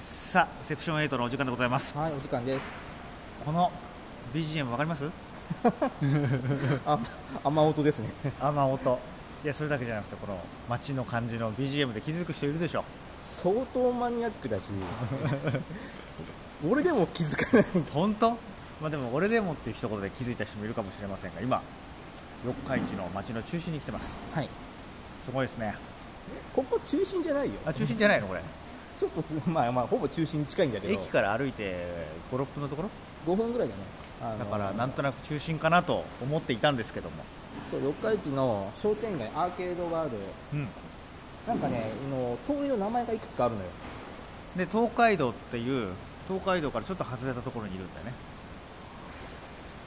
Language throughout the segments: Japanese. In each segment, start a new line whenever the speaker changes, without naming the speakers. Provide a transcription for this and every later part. さあセクション8のお時間でございます
はい、お時間です。
この BGM わかります
あ、雨音ですね。
雨音いやそれだけじゃなくてこの街の感じの BGM で気づく人いるでしょ
相当マニアックだ し。俺でも気づかない。
本当まあでも俺でもっていう一言で気づいた人もいるかもしれませんが今四日市の街の中心に来てます
はい。
すごいですね
ここ中心じゃないよ。
あ中心じゃないのこれ
ちょっと、まあ、まあ、ほぼ中心に近いんだけど。
駅から歩いて56分のところ
5分ぐらいだね。あの
だからなんとなく中心かなと思っていたんですけども
そう、四日市の商店街、アーケードがある。
うん
なんかね、あの、通りの名前がいくつかあるのよ。
で東海道っていう東海道からちょっと外れたところにいるんだよね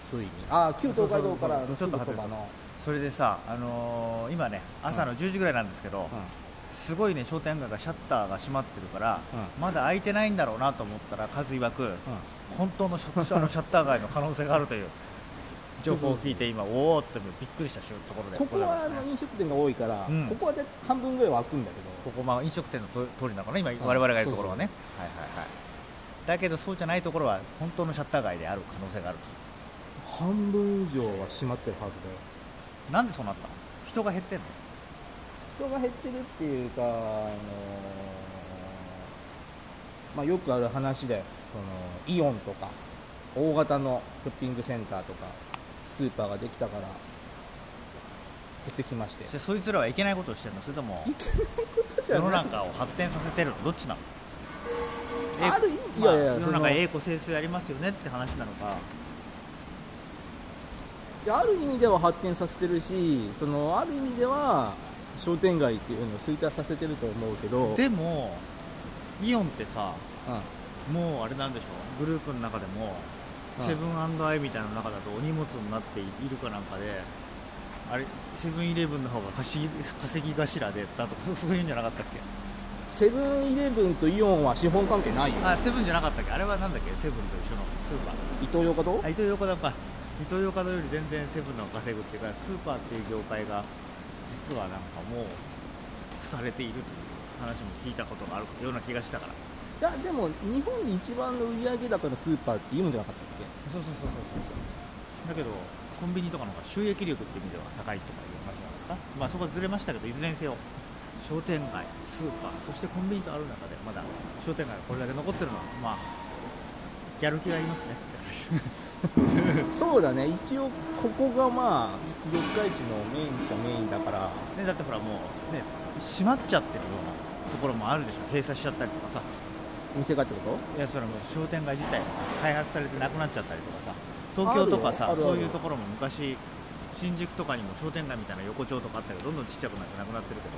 古いに。あ、旧東海道から
そ
のす
うそうそう
ぐそばの。
それでさ、あのー今ね朝の10時ぐらいなんですけど、すごいね商店街がシャッターが閉まってるから、
う
まだ開いてないんだろうなと思ったらカズ曰く本当のシャあのシャッター街の可能性があると いう情報を聞いて今おおってびっくりしたところで
ここ
ございま
はあ
すね
の飲食店が多いから、
うん
ここはで半分ぐらいは開くんだけ
こ
ど。
こまあ飲食店のと通りなのかな今我々がいるところはねはいはいはいだけどそうじゃないところは本当のシャッター街である可能性があると
半分以上は閉まってるはずだよ
なんでそうなったの人が減ってんの
人が減ってるっていうか、あのーまあ、よくある話でそのイオンとか大型のショッピングセンターとかスーパーができたから減ってきまして
そしてそいつらはいけないことをしてるのそれとも
いけないことじゃ
世の
ない
中を発展させてるのどっちなの
ある
え
いやいや
まあ世
そ
の
の
中栄枯盛衰ありますよねって話なのか
いやある意味では発展させてるしそのある意味では商店街っていうのを衰退させてると思うけど
でもイオンってさ
う
もうあれなんでしょうグループの中でも
うん
セブンアイみたいな中だとお荷物になっているかなんかであれセブンイレブンの方が稼ぎ 稼ぎ頭でだとかそうそういうんじゃなかったっけ
んセブンイレブンとイオンは資本関係ないよ
あセブンじゃなかったっけあれはなんだっけセブンと一緒のスーパー
イトーヨーカドー
あイトーヨーカドーかイトーヨーカドーより全然セブンの方が稼ぐっていうかスーパーっていう業界が実はなんかもう廃れているという話も聞いたことがあるような気がしたから
いやでも日本で一番の売上高のスーパーっていうんじゃなかったっけ
そうそうそうそうそうだけどコンビニとかの方が収益力っていう意味では高いとかいう話なのかなまあそこはずれましたけどいずれにせよ商店街スーパーそしてコンビニとある中でまだ商店街がこれだけ残ってるのはまあやる気がありますねって話
そうだね一応ここがまあ四日市のメインじゃメインだから
ね、だってほらもうね閉まっちゃってるようなところもあるでしょ閉鎖しちゃったりとかさ
店がってこと
いやそれはもう商店街自体がさ開発されてなくなっちゃったりとかさ東京とかさ
あるよ
そ
あるある
ういうところも昔新宿とかにも商店街みたいな横丁とかあったけどどんどんちっちゃくなってなくなってるけど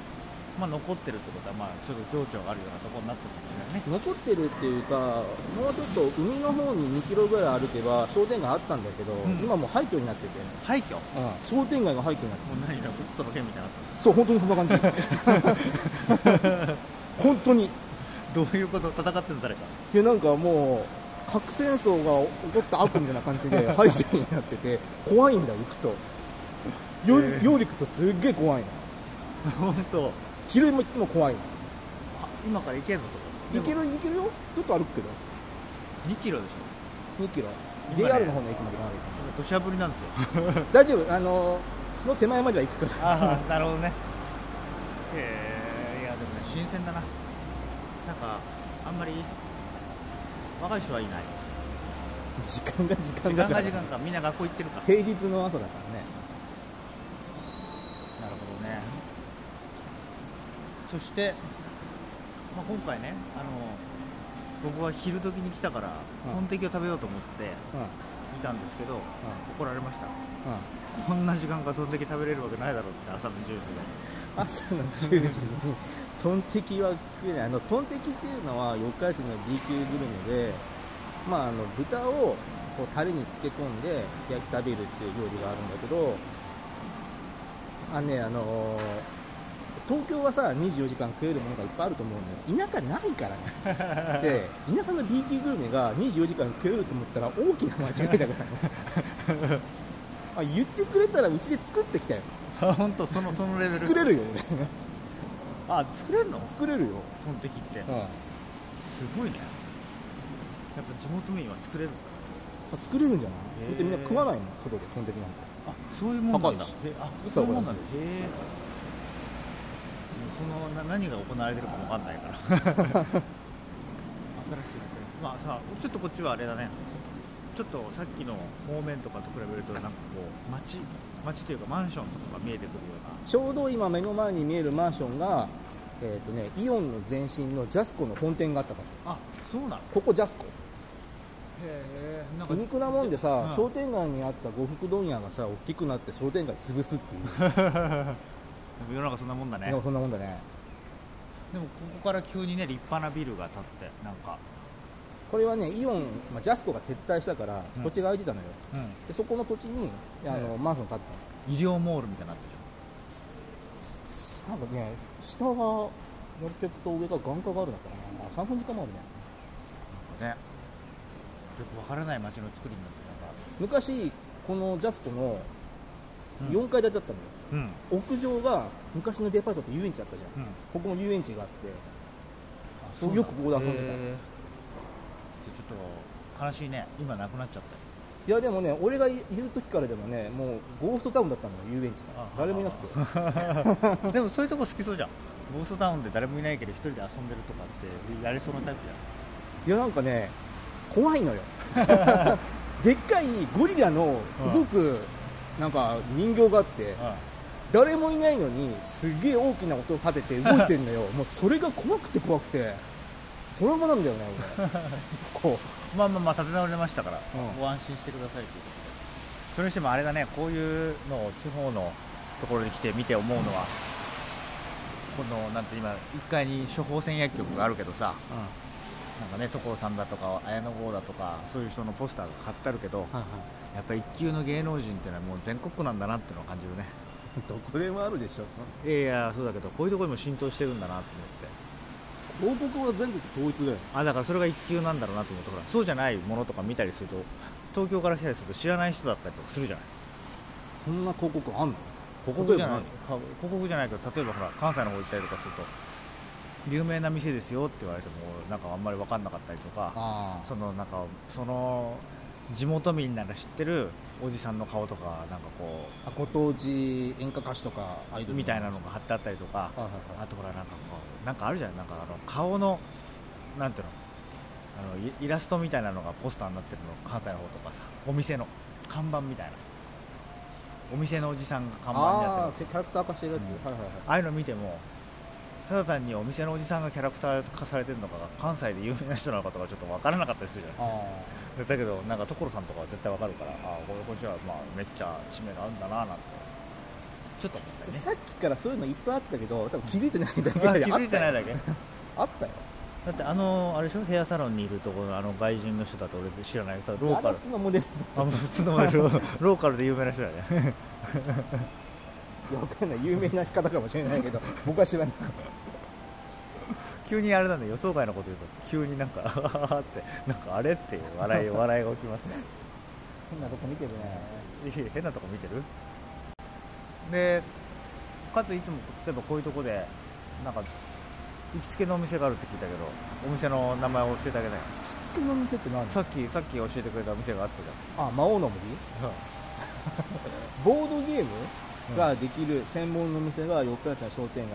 まあ残ってるってことはまあちょっと情緒があるようなところになってるかもしれないね
残ってるっていうかもうちょっと海の方に2キロぐらい歩けば商店街あったんだけど、
ん
今もう廃墟になってて、
廃墟も
うん、商店街が廃墟になって
う何だ北斗の剣みたいになって
るそう本当にそんな感じ 本当にい
るどういうこと戦ってるの誰か
やなんかもう核戦争が起こった後みたいな感じで廃墟になってて 怖いんだ行くとよ
えー
夜行くとすっげえ怖いの
本当
昼も行っても怖いの
今から行けんの
行け
る
る行けるよちょっと歩くけど
2キロでしょ
2キロ
今ね
JR の方の駅まで行かない
今土砂降りなんですよ
と大丈夫あのーその手前までは行くから
ああなるほどねえー、いやでもね新鮮だななんかあんまり若い人はいない
時間が時
時
間
間
だから
が時間かみんな学校行ってるか
平日の朝だからね
なるほどねそして、まあ、今回ねあの僕は昼時に来たから
うん
トンテキを食べようと思って
うんうん
見たんですけど怒られましたこんな時間からトンテキ食べれるわけないだろうって朝の10時で
朝の10時にトンテキは食えないあのトンテキっていうのは四日市の B 級グルメでまああの豚をこうタレに漬け込んで焼き食べるっていう料理があるんだけどあのねあのー東京はさ24時間食えるものがいっぱいあると思うのよ田舎ないからねで田舎の B 級グルメが24時間食えると思ったら大きな間違いだからねあ言ってくれたらうちで作ってきたよ
本当そのそのレベル
作れるよね
あ作れんの
作れるよ、
トンテキって
うん、
すごいねやっぱ地元民は作れるんだ
あ作れるんじゃな
へ
い
ー
だってみんな食わないもん外でトンテキなんて
あそういうもんなんだ
高いし
へあ
作った
そうい
方
う
が
もん
いい
なんだへえそのな何が行われてるかもわかんないから 新しいなまあさちょっとこっちはあれだねちょっとさっきの方面とかと比べるとなんかこう街街というかマンションとかが見えてくるような
ちょうど今目の前に見えるマンションがえっ、とねイオンの前身のジャスコの本店があった場所
あそうなのへ
ここジャスコ
えなん
皮
か
肉なもんでさ、
うん
商 店街にあった呉服問屋がさ大きくなって商店街潰すっていう、
世の中そんなもんだね
でもそんなもんだね
でもここから急にね立派なビルが建ってなんか
これはねイオン、まあ、ジャスコが撤退したから
うん
土地が空いてたのよ、
うん
でそこの土地にあの、マンション建て
医療モールみたいになってる
たのなんかね下が乗客と上が眼科があるんだったかな、あ、3分時間もあるね
じゃんなんかねよくわからない街の作りになってなんか
昔このジャスコの
うん
4階建てだったのよ、
うん
屋上が昔のデパートって遊園地あったじゃん、
うん
ここも遊園地があって
そうなんだ
よくここで遊んでた
へーじゃあちょっと悲しいね今なくなっちゃったよ
いやでもね俺がいる時からでもねもうゴーストタウンだったのよ遊園地が
あ
誰もいなくて
でもそういうとこ好きそうじゃんゴーストタウンで誰もいないけど一人で遊んでるとかってやれそうなタイプじゃん
いやなんかね怖い のよでっかいゴリラの動くなんか人形があって誰もいないのにすげえ大きな音を立てて動い てんのよもうそれが怖くて怖くてトラウマなんだよね 俺こ
まあまあまあ立て直れましたから、
うん
ご安心してくださいということでそれにしてもあれだねこういうのを地方のところに来て見て思うのは、このなんて今1階に処方箋薬局があるけどさ
う、は
なんかね所さんだとか綾野剛だとかそういう人のポスターが貼ってあるけど
いはい
やっぱり一級の芸能人っていうのはもう全国区なんだなっていうのを感じるね
どこでもあるでしょ
いやいやそうだけどこういうところにも浸透してるんだなと思って
その広告は全国統一だよ
あだからそれが一級なんだろうなと思ってほらそうじゃないものとか見たりすると東京から来たりすると知らない人だったりとかするじゃない
そんな広告あんの
広告じゃ
例えば
ない
何
か広告じゃないけど例えばほら関西の方行ったりとかすると有名な店ですよって言われてもなんかあんまり分かんなかったりとか
あ
そのなんかその地元民なら知ってるおじさんの顔とかなんかこ
あご当地演歌歌手とかアイド
う
ル
みたいな
の
のが貼ってあったりとか
はいはいは
あ
い
とほらなんかこうなんかあるじゃないなんかあの顔のなんていうのあのイイラストみたいなのがポスターになってるの関西の方とかさお店の看板みたいなお店のおじさんが看板になってる
あーキャラクター化してるやつ、
うん
はいはいはい
ああいうの見てもただ単にお店のおじさんがキャラクター化されてるのかが関西で有名な人なのかとかちょっと分からなかったりするじゃ
あ
ないだけどなんか所さんとかは絶対分かるからああこの子はまあめっちゃ知名があるんだななんてちょっと思った
ー
りね
さっきからそういうのいっぱいあったけど多分気づいてないだけ
まあ
で
気づいて ないだけ
あったよ
だってあのあれでしょヘアサロンにいるところのあの外人の人だって俺知らないただロ
あ
ーカ
の
ル
人のモデル
あもう普通の モデルローカルで有名な人だね
いやわかんない有名な方かもしれないけど僕は知らない
急にあれなんだ予想外のこと言うと急になんか あってなんかあれっていう笑い笑いが起きますね
変なとこ見てるね
いや変なとこ見てるでかついつも例えばこういうとこでなんか行きつけのお店があるって聞いたけどお店の名前を教えてあげない
着付けの店って何
さっきさっき教えてくれたお店があったじ
あ魔王の森
ゃん、
ボードゲームができる専門の店が四日市の商店街にあって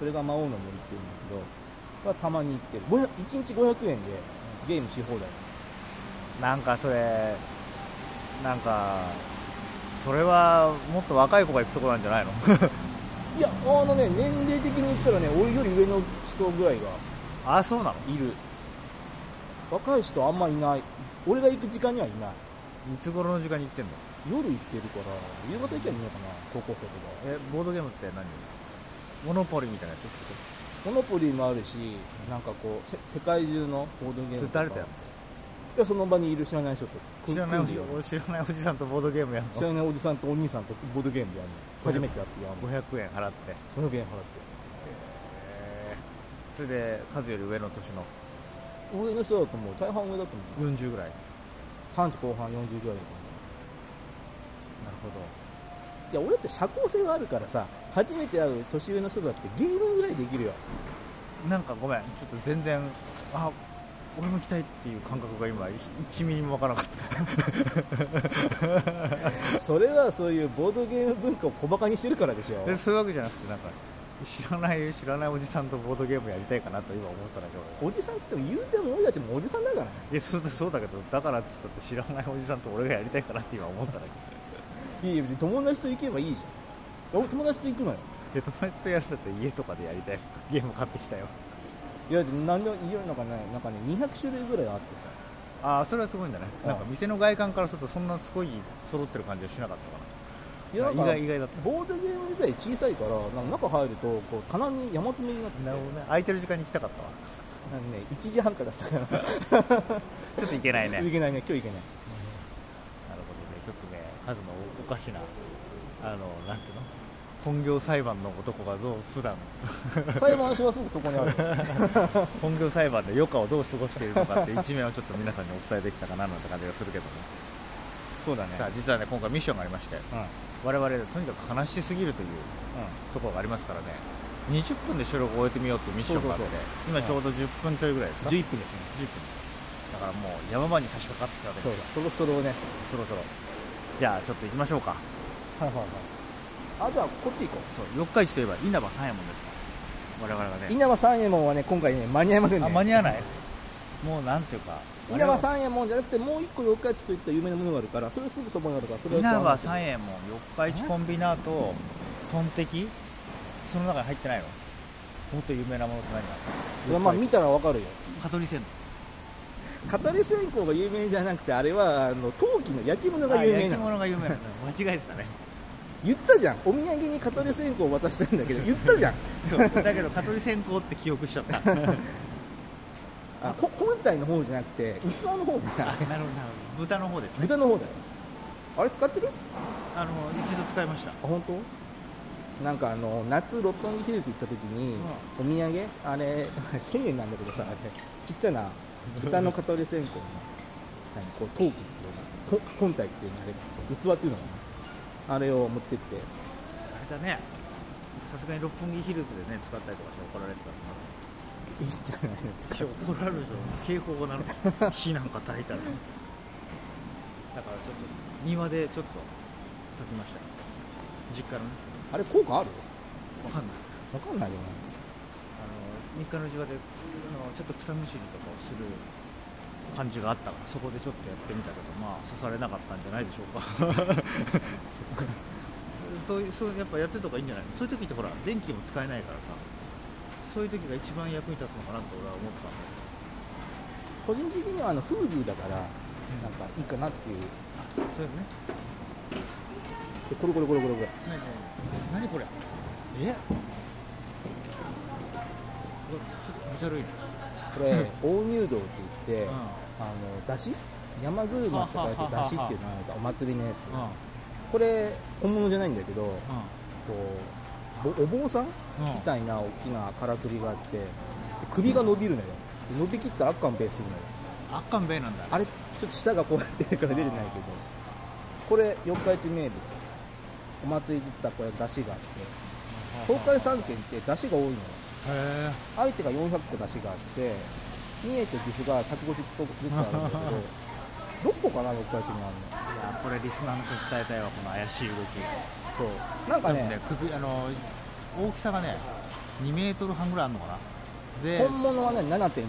それが魔王の森っていうんだけどはたまに行ってる500 1日500円でゲームし放題
なんかそれなんかそれはもっと若い子が行くとこなんじゃないの
いやあのね年齢的に言ったらね俺より上の人ぐらいが
あそうなの
いる若い人あんまいない俺が行く時間にはいない
いつ頃の時間に行ってんの
夜行ってるから夕方行きゃいいのかな高校生とか
えボードゲームって何モノポリみたいなやつ
モノポリーもあるしなんかこうせ世界中のボードゲーム
それ
とか
誰とやる
いやその場にいる知らない人と
の知らないおじ
組んでやる
俺知らないおじさんとボードゲームやる
知
の
らないおじさんとお兄さんとボードゲームでやる
こ
の
れ
初めてやってやる
500円払って
の500円払って
それで数より上の年の
上の人だともう大半上だと思う
40ぐらい
30後半40ぐらいだと思
なるほど
ういや俺って社交性があるからさ初めて会う 年上の人だってゲームぐらいできるよ
なんかごめんちょっと全然あ俺も行きたいっていう感覚が今1ミリもわからなかった
それはそういうボードゲーム文化を小バカにしてるからでしょ
でそういうわけじゃなくてなんか知らない知らないおじさんとボードゲームやりたいかなと今思っただけ俺
おじさんっつっても言うても俺たちもおじさんだからね
いやそうだそうだけどだからっつったって知らないおじさんと俺がやりたいかなって今思っただけい
いやいや別に友達と行けばいいじゃん俺友達と行くのよ
や友達とやるんだったら家とかでやりたいゲーム買ってきたよ
いやでも何でも家の中ねなんかね200種類ぐらいあってさ
ああそれはすごいんだね
ああ
なんか店の外観からするとそんなすごい揃ってる感じはしなかった
いや
かな
なん
意外
か
意外だっ
ボードゲーム自体小さいからなんか中入るとこう棚に山積みになって
た
て
なるほどね空いてる時間に来たかったわ
あのね1時半からだったから
ちょっといけ ないねなる
いけないね今日いけない
ほどねちょっとね数のおかしなあのなんていうの本業裁判の男がどう普段
裁判所はすぐそこにある
本業裁判で余暇をどう過ごしているのかって一面をちょっと皆さんにお伝えできたかななんて感じがするけどね
そうだ ね
さあ実はね今回ミッションがありまして
うんうん
我々とにかく悲しすぎるというところがありますからね20分で収録を終えてみようっていうミッションがあって
そうそう
今ちょうど10分ちょいぐらいですか、
11分ですね
10分ですだからもう山場に差し掛かってたわけ
そう
ですよ
そろそろね
そろそろじゃあちょっと行きましょうか
はいはいはいあじゃあこっち行こ
そう四日市といえば稲葉三右衛門ですから我々が
う
ね
稲葉三右衛門はね今回ね間に合いませんね
あ間に合わないもうなんていうか
稲葉
ん
三右衛門じゃなくてもう一個四日市といった有名なものがあるからそれすぐそばにあるからそれは
稲葉三
右
右衛門四日市コンビナートトンテキその中に入ってないのもっと有名なものって何が
衛門まあ見たらわかるよ
蚊取り線
語り線香が有名じゃなくてあれはあの陶器の焼き物
あ
が有名
焼き
なの
物が有名なの間違えてたね
言ったじゃんお土産に語り線香を渡したんだけど言ったじゃん
そうだけど蚊取り線香って記憶しちゃった なるほどなる
あほ本体の方じゃなくて器の方だ
ほど豚の方ですね
豚の方だよあれ使ってる
あの一度使いました
あ本当なんかあの夏六本木ヒルズ行った時に、お土産あれ 1000円なんだけどさあれちっちゃな豚の香り線香の何こう陶器っていうのこ本体っていうのあれ器っていうのかなあれを持ってって
あれだねさすがに六本木ヒルズでね使ったりとかして怒られてたのか
いいんじゃないです
今
か
日怒られるでしょ警報が鳴る火なんか焚いたらだからちょっと庭でちょっと焚きました実家のね
あれ効果ある
わかんない
わかんないよね
あの日課の庭であのちょっと草むしりとかをする感じがあったからそこでちょっとやってみたけどまあ刺されなかったんじゃないでしょうかそういうそうやっぱやってた方がいいんじゃないのそういう時ってほら電気も使えないからさそういう時が一番役に立つのかなと俺は思ったんだけど
個人的にはあの風流だからなんかいいかなっていう
そういうのね
でこれこれこれこれこれ
何何これえちょっと気持ち悪いね
これ大入道って言って、
うん
あのだし山車って書いてだしっていうのがあるんですよお祭りのやつ、これ本物じゃないんだけどこうぼお坊さん
うん
みたいな大きなからくりがあってで首が伸びるのよで伸びきったらあっかんべえするのよ
あっかんべえなんだ
あれちょっと舌がこうやってるから出てないけどこれ四日市名物お祭りで行ったらこれだしがあって東海3県ってだしが多いのよ
へ
愛知が400個出しがあって三重と岐阜が150個ずつあるんだ けど6個かな北海地にあ
えいやこれリスナーの人に伝えたいわこの怪しい動き
るのそうなん
多
か
分ね
ね
首あの大きさがね2メートル半ぐらいあるのかなで
本物はね7 6メート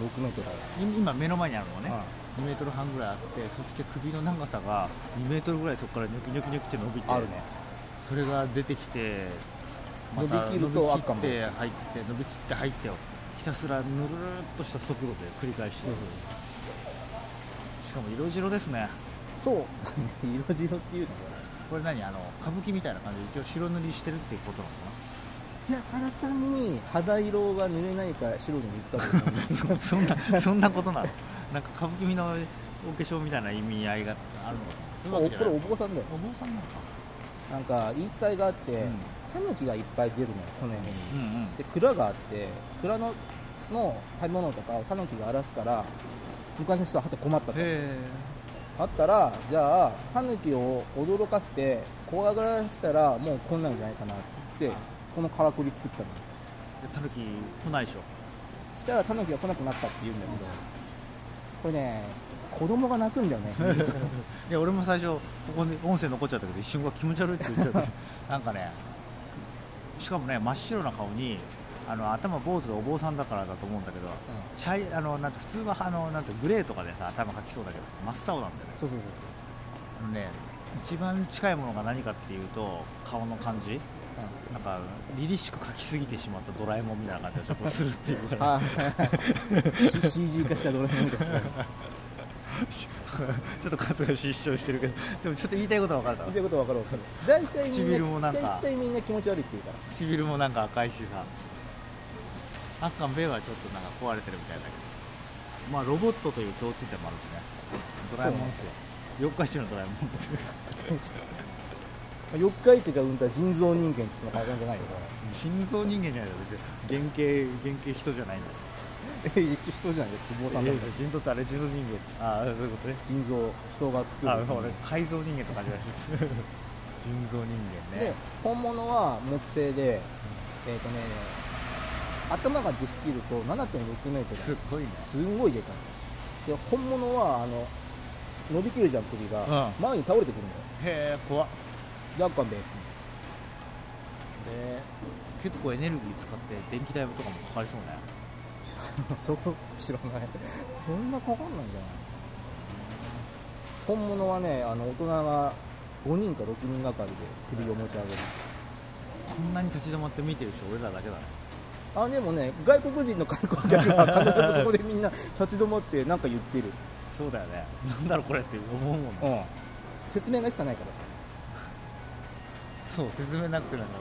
ル
い今目の前にあるの
ある
ね、2メートル半ぐらいあってそして首の長さが2メートルぐらいそこからニョキニョキニョキって伸びて
あるね
それが出てきてまた
伸びきると
伸
あ
び
っ
き
か
っ
んべ
て
え
入って伸びきって入ってをひたすらぬるるっとした速度で繰り返してしかも色白ですね
そう 色白っていうのか
これ何あの歌舞伎みたいな感じで一応白塗りしてるっていうことなのか
ないやただ単に肌色が塗れないから白に塗ったと思うんです
な そそんなそんなことなの なんか歌舞伎のお化粧みたいな意味合いがあるのかなそういうわ
お
け
こ
じゃ
れ
ない
お坊さ
お坊さ
んだよ
んなのか
なんか言い伝えがあって、
うん
タヌキがいっぱい出るのよこの辺に、
うんうん
で蔵があって蔵のの食べ物とかをタヌキが荒らすから昔の人ははて困ったと
へ
あったらじゃあタヌキを驚かせて怖がらせたらもうこんなんじゃないかなって言ってこのからくり作ったの
えたぬき来ないでしょ
したらタヌキが来なくなったって言うんだけどこれね子供が泣くんだ よね
いや俺も最初ここに音声残っちゃったけど一瞬が気持ち悪いって言っちゃってなんかねしかもね真っ白な顔にあの頭坊主でお坊さんだからだと思うんだけど茶いあのなんて普通はあのなんてグレーとかでさ頭描きそうだけどさ真っ青なんだよね
そうそうそう
あのね一番近いものが何かっていうと顔の感じ
そう、
なんか凛々しく描きすぎてしまったドラえもんみたいな感じがちょっとするっていうか
う
ら
ん、あ ー C- CG 化したドラえもんみたいな
ちょっと数が失笑してるけどでもちょっと言いたいことは分かるだろ
見たいことわかるわかる大体み
唇も
んな
なんか
大体みんな気持ち悪いって言うから
唇もなんか赤いしさアッカンベイはちょっとなんか壊れてるみたいだけどまあロボットという共通点もあるしねドラえもんっすよ四日市のドラえもんって
四日市が生んだ人造人間っつっても過言じゃないよこ
心臓人間じゃないだろ別に原型原型人じゃないんだよ
れ、 え人じゃないよ久保さんだ
いやいや腎臓ってあれ腎臓人間ああそういうことね
腎臓人が作る
あ俺改造人間と感じがして 腎臓人間
で
ね
本物は木製で、えっ、とね頭がでしきると7 6メートル
すごいね
すんごいでかいで本物はあの伸びきるじゃん首が、
う
前に倒れてくるんだよ
へえ怖っ
ダッカンベー
で結構エネルギー使って電気代とかもかかりそうね
ス そこ知らないそんなかかんないんじゃない本物はねあの大人が5人か6人がかりで首を持ち上げる
こんなに立ち止まって見てる人俺らだけだね
あでもね外国人の観光客は必ずそこでみんな立ち止まって何か言ってる
そうだよね なんだろうこれって思うもんね
うん説明が一切ないからさ
そう説明なくてなんか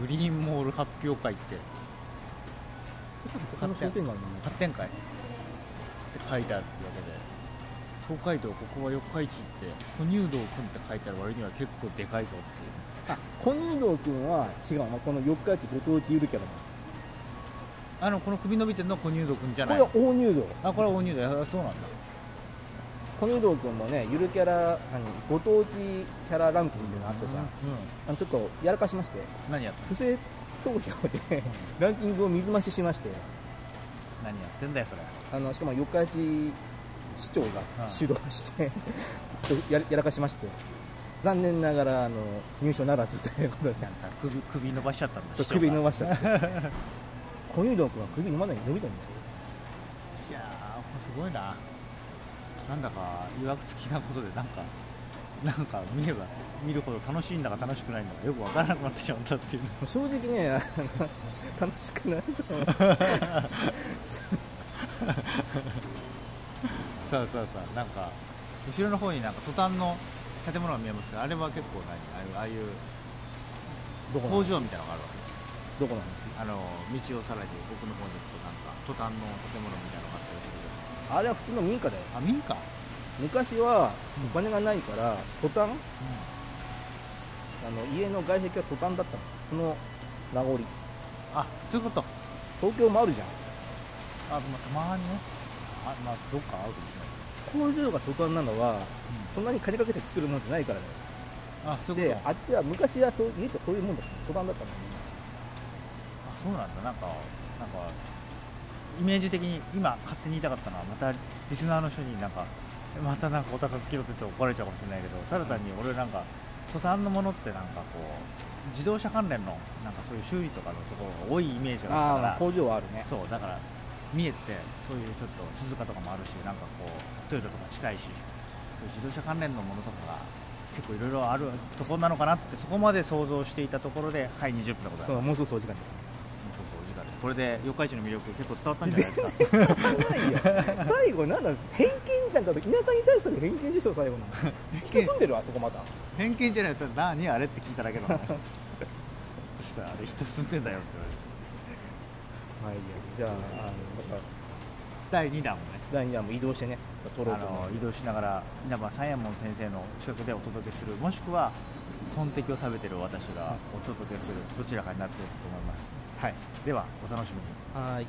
グリーンモール発表会って
多分他の商店街に
発展会って書いてあるわけで東海道ここは四日市って哺乳道くんって書いてある割には結構でかいぞっ
あ小乳道君は違うなこの四日市ご当地ゆるキ
ていう
ャラだ
あのこの首伸びてるのは哺乳道くんじゃ
こ
ない
れは大乳道
あこれは哺乳道あそうなんだ
小乳道君もねゆるキャラ何ご当地キャラランキングみたいなのあったじゃん、
う
あのちょっとやらかしまして
ん何やって
不正投票で ランキングを水増ししまして
何やってんだよそれ
あのしかも四日市市長
うん
が主導して ちょっとややらかしまして残念ながらあの入賞ならずということになる
なんか首首伸ばしちゃったんだ
そう
市長が
首伸ば したって小乳道君は首伸ばない伸びたんだよ
いやーすごいななんだかいわくつきなことでなんかなんか見れば見るほど楽しいんだか楽しくないんだかよくわからなくなってしまったっていう
正直ねあの楽しくないと思う
そうそうそうなんか後ろの方になんかトタンの建物が見えますけどあれは結構何ああいう
ど
ああいう工場みたいなのがあるわけ
どこなん
あの道をさらに奥の方に行くとなんかトタンの建物みたいなのがあったりするけ
あれは普通の民家だよ
どあ民家、
昔はお金がないからトタンあの家の外壁はトタンだったのその名残
あそういうこと
東京もあるじゃん
あ、まあ、たまにねあまあどっかあるかもしれない
工場がトタンなのはそんなに金かけて作るものじゃないからだよ
あそういう
で
こと
あっちは昔はそう家ってそういうもんだったのトタンだったの
あそうなんだなんかなんかイメージ的に今勝手に言いたかったのはまたリスナーの人になんかまたなんかお高く切ろうって言って怒られちゃうかもしれないけどただ単に俺なんかトタンのものってなんかこう自動車関連のなんかそういう修理とかのところが多いイメージがあ
あ
る
あまあ
から
工場はあるね
そうだから見えてそういうちょっと鈴鹿とかもあるしなんかこうトヨタとか近いしそういう自動車関連のものとかが結構いろいろあるところなのかなってそこまで想像していたところではい20分でございます
そうもうそろそろお時間です
そうそうお時間ですこれで四日市の魅力結構伝わったんじゃない ですか
ないよ最後なんだ偏見じゃんか田舎に対する偏見でしょ最後の 人住んでるあそこまだ
偏見じゃないただ何あれって聞いただけの話 そしたらあれ人住んでんだよって
はい、じゃあ、あのまた
言われて第2弾をね
第2弾も移動してね、撮
あ
ろうと思
の移動しながら稲葉三右衛門先生の近くでお届けするもしくはトンテキを食べてる私がお届けするどちらかになっていると思います、はい、ではお楽しみに
う。はい。